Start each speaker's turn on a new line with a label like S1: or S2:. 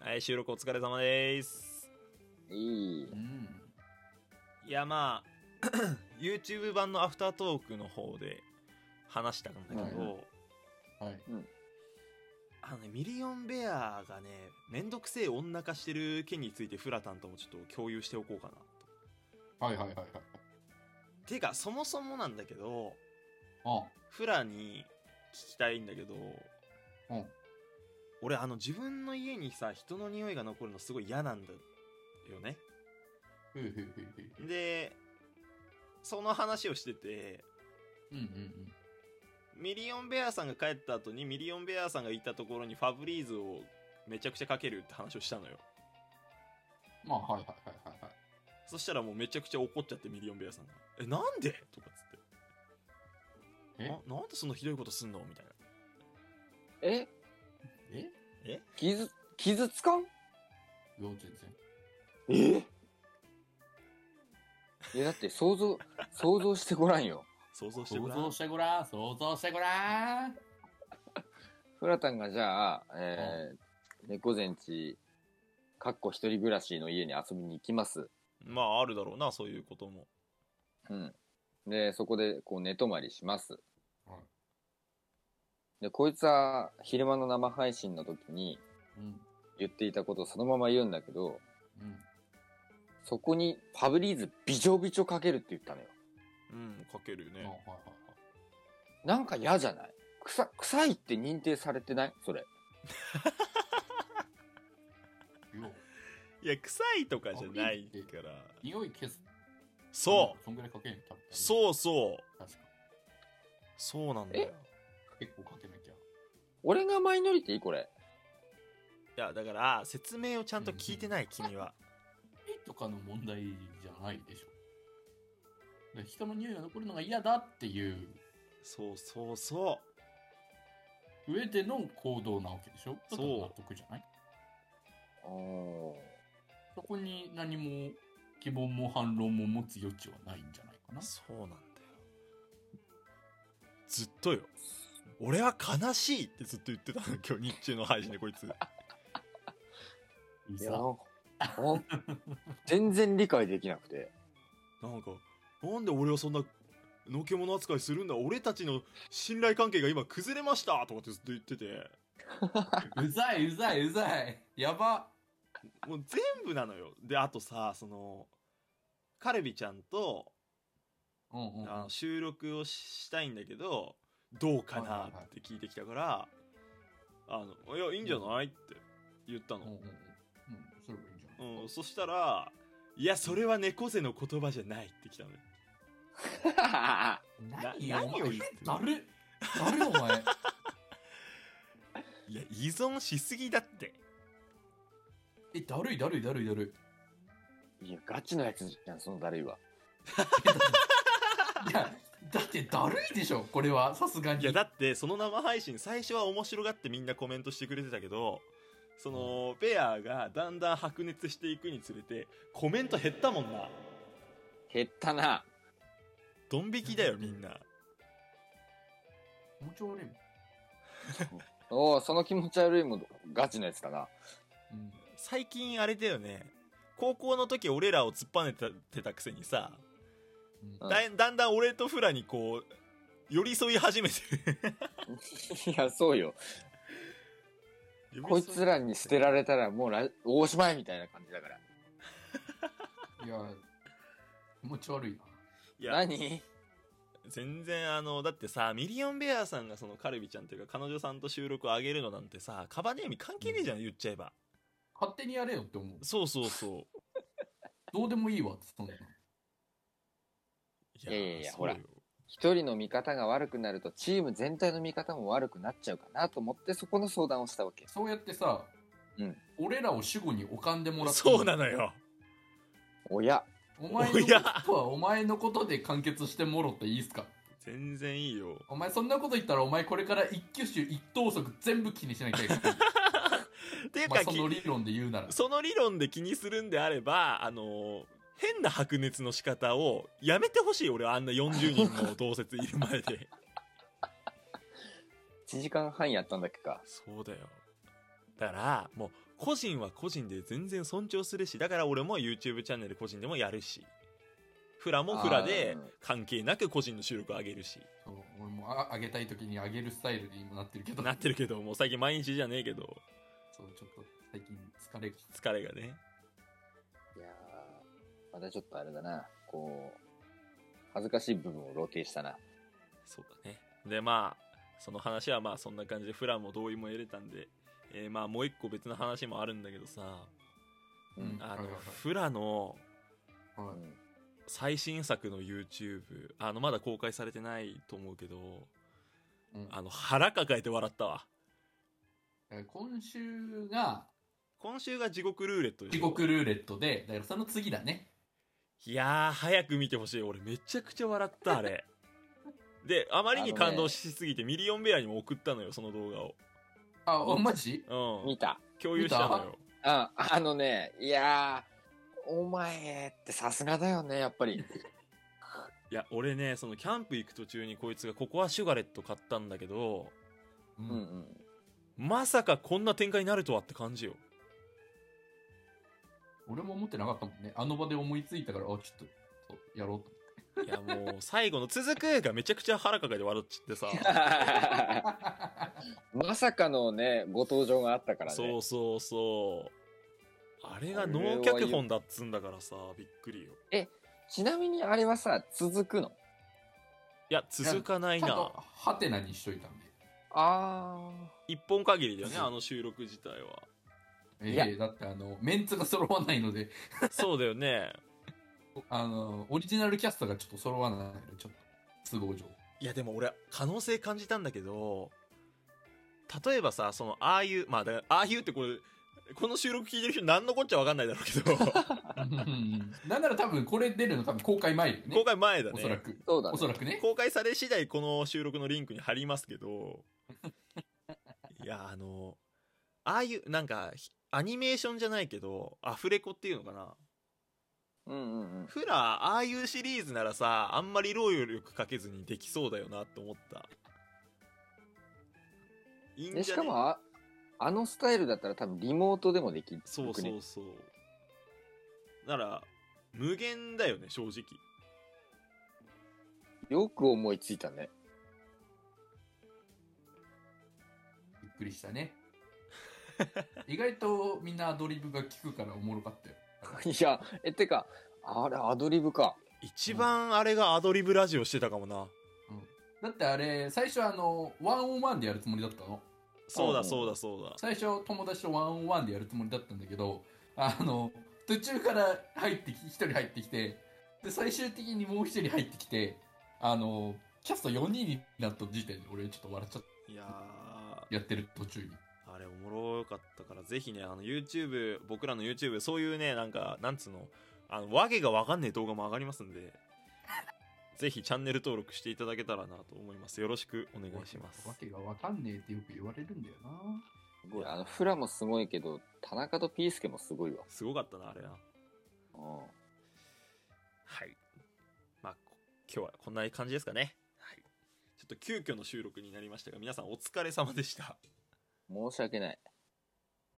S1: はい、収録お疲れ様です。
S2: いい。
S3: うん。
S1: いや、まあ、YouTube 版のアフタートークの方で話したんだけど、
S3: はいはい。
S1: あのね、ミリオンベアがね、めんどくせえ女化してる件についてフラタンともちょっと共有しておこうかな。
S3: はいはいはいはい。
S1: てか、そもそもなんだけど、
S3: あ
S1: フラに聞きたいんだけど、
S3: うん
S1: 俺、あの、自分の家にさ、人の匂いが残るのすごい嫌なんだよね。
S3: ふうふうふうふう。
S1: で、その話をしてて、
S3: うんうん
S1: ミリオンベアさんが帰った後にミリオンベアさんがいたところにファブリーズをめちゃくちゃかけるって話をしたのよ
S3: うん。まあはいはいはいはいはい。
S1: そしたらもうめちゃくちゃ怒っちゃってミリオンベアさんが「えなんで?」とかっつって
S3: え
S1: あなんでそんなひどいことすんの?」みたいな
S2: え
S3: え
S2: 傷、傷つかん
S3: いや全然。
S2: ええ、だって想像、 想像してごらんよ。
S1: 想像して
S3: 想
S1: ごらん
S3: 像してごらん想像してごらん
S2: フラタンがじゃあ、えー、猫前地、かっこ一人暮らしの家に遊びに行きます。
S1: まああるだろうなそういうことも
S2: うん。で、そこで、こう、寝泊まりします。
S3: はい
S2: で、こいつは、昼間の生配信の時に
S3: うん
S2: 言っていたことをそのまま言うんだけど、
S3: うん。
S2: そこにファブリーズびちょびちょかけるって言ったのよ。
S1: うんかけるよ
S3: まあはい
S1: ね
S3: はいはい。
S2: なんか嫌じゃない臭、臭いって認定されてないそれ。
S3: いや
S1: いや臭いとかじゃないから
S3: 匂い消す。
S1: そう
S3: そんぐらいかけんと。う。
S1: そうそう
S3: 確か
S1: そうなんだよ
S3: 結構かけなきゃ。
S2: 俺がマイノリティこれ。
S1: いやだから説明をちゃんと聞いてない君は
S3: 匂いとかの問題じゃないでしょ。で人の匂いが残るのが嫌だっていう
S1: そうそうそう
S3: 上での行動なわけでしょ。だから
S1: そう
S3: 納得じゃない
S2: お
S3: そこに何も希望も反論も持つ余地はないんじゃないかな。
S1: そうなんだよずっとよ俺は悲しいってずっと言ってたの今日日中の配信でこ いつ
S3: う
S2: いや、なんかほん全然理解できなく て。
S1: なんかなんで俺はそんなのけ者扱いするんだ俺たちの信頼関係が今崩れましたとかってずっと言ってて
S3: うざいうざいうざいやば
S1: もう全部なのよであとさそのカルビちゃんと
S3: うんうん
S1: あの収録をししたいんだけどどうかなって聞いてきたから「あのいやいいんじゃない?」って言った
S3: うんうん
S1: の
S3: うんう
S1: う
S3: んそれがいいんじゃない
S1: ん、そしたら、いや、それは猫背の言葉じゃないってきたのよ。な何を言ってんの
S3: 何よお前だるだるお前
S1: いや、依存しすぎだって。
S3: えだるいだるいだるいだる
S2: いや、ガチのやつじゃん、そのだるいは。
S3: いいやだってだるいでしょこれはさすがに
S1: いや、だって、その生配信、最初は面白がってみんなコメントしてくれてたけど、その、ペアがだんだん白熱していくにつれて、コメント減ったもんな。
S2: 減ったな。
S1: ドン引きだよ、みんな。
S3: 気持ち悪いもん
S2: おお、その気持ち悪いもん、ガチのやつだな。
S3: うん
S1: 最近、あれだよね。高校の時、俺らを突っぱねてたてたくせにさ、
S3: うん
S1: だだんだん俺とフラにこう、寄り添い始めて
S2: いや、そうよ。
S1: る。
S2: こいつらに捨てられたらもうらおしまいみたいな感じだから。
S3: いや気持ち悪いない
S1: や
S2: 何
S1: 全然あのだってさミリオンベアさんがそのカルビちゃんっていうか彼女さんと収録を上げるのなんてさカバネーミ関係ねえじゃん言っちゃえば
S3: 勝手にやれよって思う
S1: そうそうそう
S3: どうでもいいわそんなの
S1: い
S2: いやいやいや
S1: そう
S2: ほら
S1: よ
S2: 一人の見方が悪くなるとチーム全体の見方も悪くなっちゃうかなと思ってそこの相談をしたわけ。
S3: そうやってさ、
S2: うん
S3: 俺らを主語におかんでもらって
S1: そうなのよ
S2: おや、
S3: お前のことはお前のことで完結してもろっていいっすか
S1: 全然いいよ
S3: お前そんなこと言ったらお前これから一挙手一投足全部気にしなきゃいけない。
S1: っていう
S3: まあ
S1: か
S3: そ
S1: き
S3: の理論で言うなら。
S1: その理論で気にするんであればあの変な白熱の仕方をやめてほしい俺はあんな40人の同説いる前で
S2: 1時間半やったんだっけか。
S1: そうだよだからもう個人は個人で全然尊重するしだから俺も YouTube チャンネル個人でもやるしフラもフラで
S2: あー
S1: 関係なく個人の収録上げるし
S3: そう俺もああげたい時にあげるスタイルで今なってるけど
S1: なってるけどもう最近毎日じゃねえけど
S3: そうちょっと最近疲れが
S1: 疲れがね
S2: いやーまたちょっとあれだな、こう、恥ずかしい部分を露呈したな。
S1: そうだねでまあその話はまあそんな感じでフラも同意も得れたんで、えーまあもう一個別の話もあるんだけどさ
S2: う
S3: うん
S2: ん。
S1: あ
S3: はい
S1: の
S3: はいはい
S1: フラの
S3: は
S2: う
S3: い
S2: ん
S1: 最新作の YouTube あのまだ公開されてないと思うけど
S3: うん
S1: あの腹抱えて笑ったわ
S3: えー今週が
S1: 今週が地獄ルーレットでし
S3: 地
S1: ょ
S3: 獄ルーレットでだからその次だね
S1: いやー早く見てほしい俺めちゃくちゃ笑ったあ れであまりに感動しすぎて、ミリオンベアにも送ったのよその動
S3: あおマジ
S1: 画をうん
S2: 見た。
S1: 共有したの
S3: 見
S1: よ
S2: あ、あのね、いやー、お前ってさすがだよね、やっぱり。
S1: いや俺ねそのキャンプ行く途中にこいつがここはシュガレット買ったんだけど
S3: う
S2: うんんうん。
S1: まさかこんな展開になるとはって感じよ
S3: 俺も思ってなかったもんねあの場で思いついたからあちょっとそうやろうと
S1: いやもう最後の「続く!」がめちゃくちゃ腹抱えて笑っちゃってさ
S2: まさかのね、ご登場があったからね。
S1: そうそうそうあれが脳脚本だっつんだからさびっくりよ
S2: ちなみにあれはさ、続くの
S1: いや続かない
S3: ちゃん
S1: な
S3: とハテナにしといたんで
S2: あ
S1: 一本限りだよねあの収録自体は
S3: え
S2: いや
S3: ーだってあのメンツが揃わないので
S1: そうだよね
S3: あのオリジナルキャストがちょっと揃わないのでちょっと都 合上
S1: いやでも俺可能性感じたんだけど例えばさそのああいうまあだからああいうってこれこの収録聞いてる人何のこっちゃ分かんないだろうけ ど
S3: なんなら多分これ出るの多分公開前よね
S1: 公開前だ
S3: おそら
S1: ね
S3: く
S2: ー、そうだ
S3: お
S2: ね
S3: そ。らくね
S1: 公開され次第この収録のリンクに貼りますけどいやあのああいうなんかひアニメーションじゃないけどアフレコっていうのかな
S2: うんうんうん。
S1: フラああいうシリーズならさあんまり労力かけずにできそうだよなと思ったいいんじゃね
S2: ね、しかもあ、あのスタイルだったら多分リモートでもできる、ね。
S1: そうそうそうなら無限だよね正直
S2: よく思いついたね。
S3: びっくりした ね意外とみんなアドリブが効くからおもろかったよ
S2: いや、え、てか、あれ、アドリブか。
S1: 一番あれがアドリブラジオしてたかもな、
S3: だってあれ最初あのワンオンワンでやるつもりだったの
S1: そうだ
S2: うん
S1: そうだそうだ
S3: 最初友達とワンオンワンでやるつもりだったんだけどあの途中から入ってき1人入ってきてで最終的にもう1人入ってきてあのキャスト4人になった時点で俺ちょっと笑っちゃっ
S1: いや
S3: やってる途中に
S1: ーあれおもろかったからぜひねあの YouTube 僕らの YouTube そういうねなんかなんつうのあの訳がわかんねえ動画も上がりますんで ぜひチャンネル登録していただけたらなと思いますよろしくお願いします
S3: わけがわかんねえってよく言われるんだよな
S2: すごい。あの、フラもすごいけど、田中とピースケもすごいわ。
S1: すごかったなあれな
S2: うん
S1: はい。まあ、こ今日はこんな感じですかね。はい。ちょっと急遽の収録になりましたが、皆さんお疲れ様でした。
S2: 申し訳ない。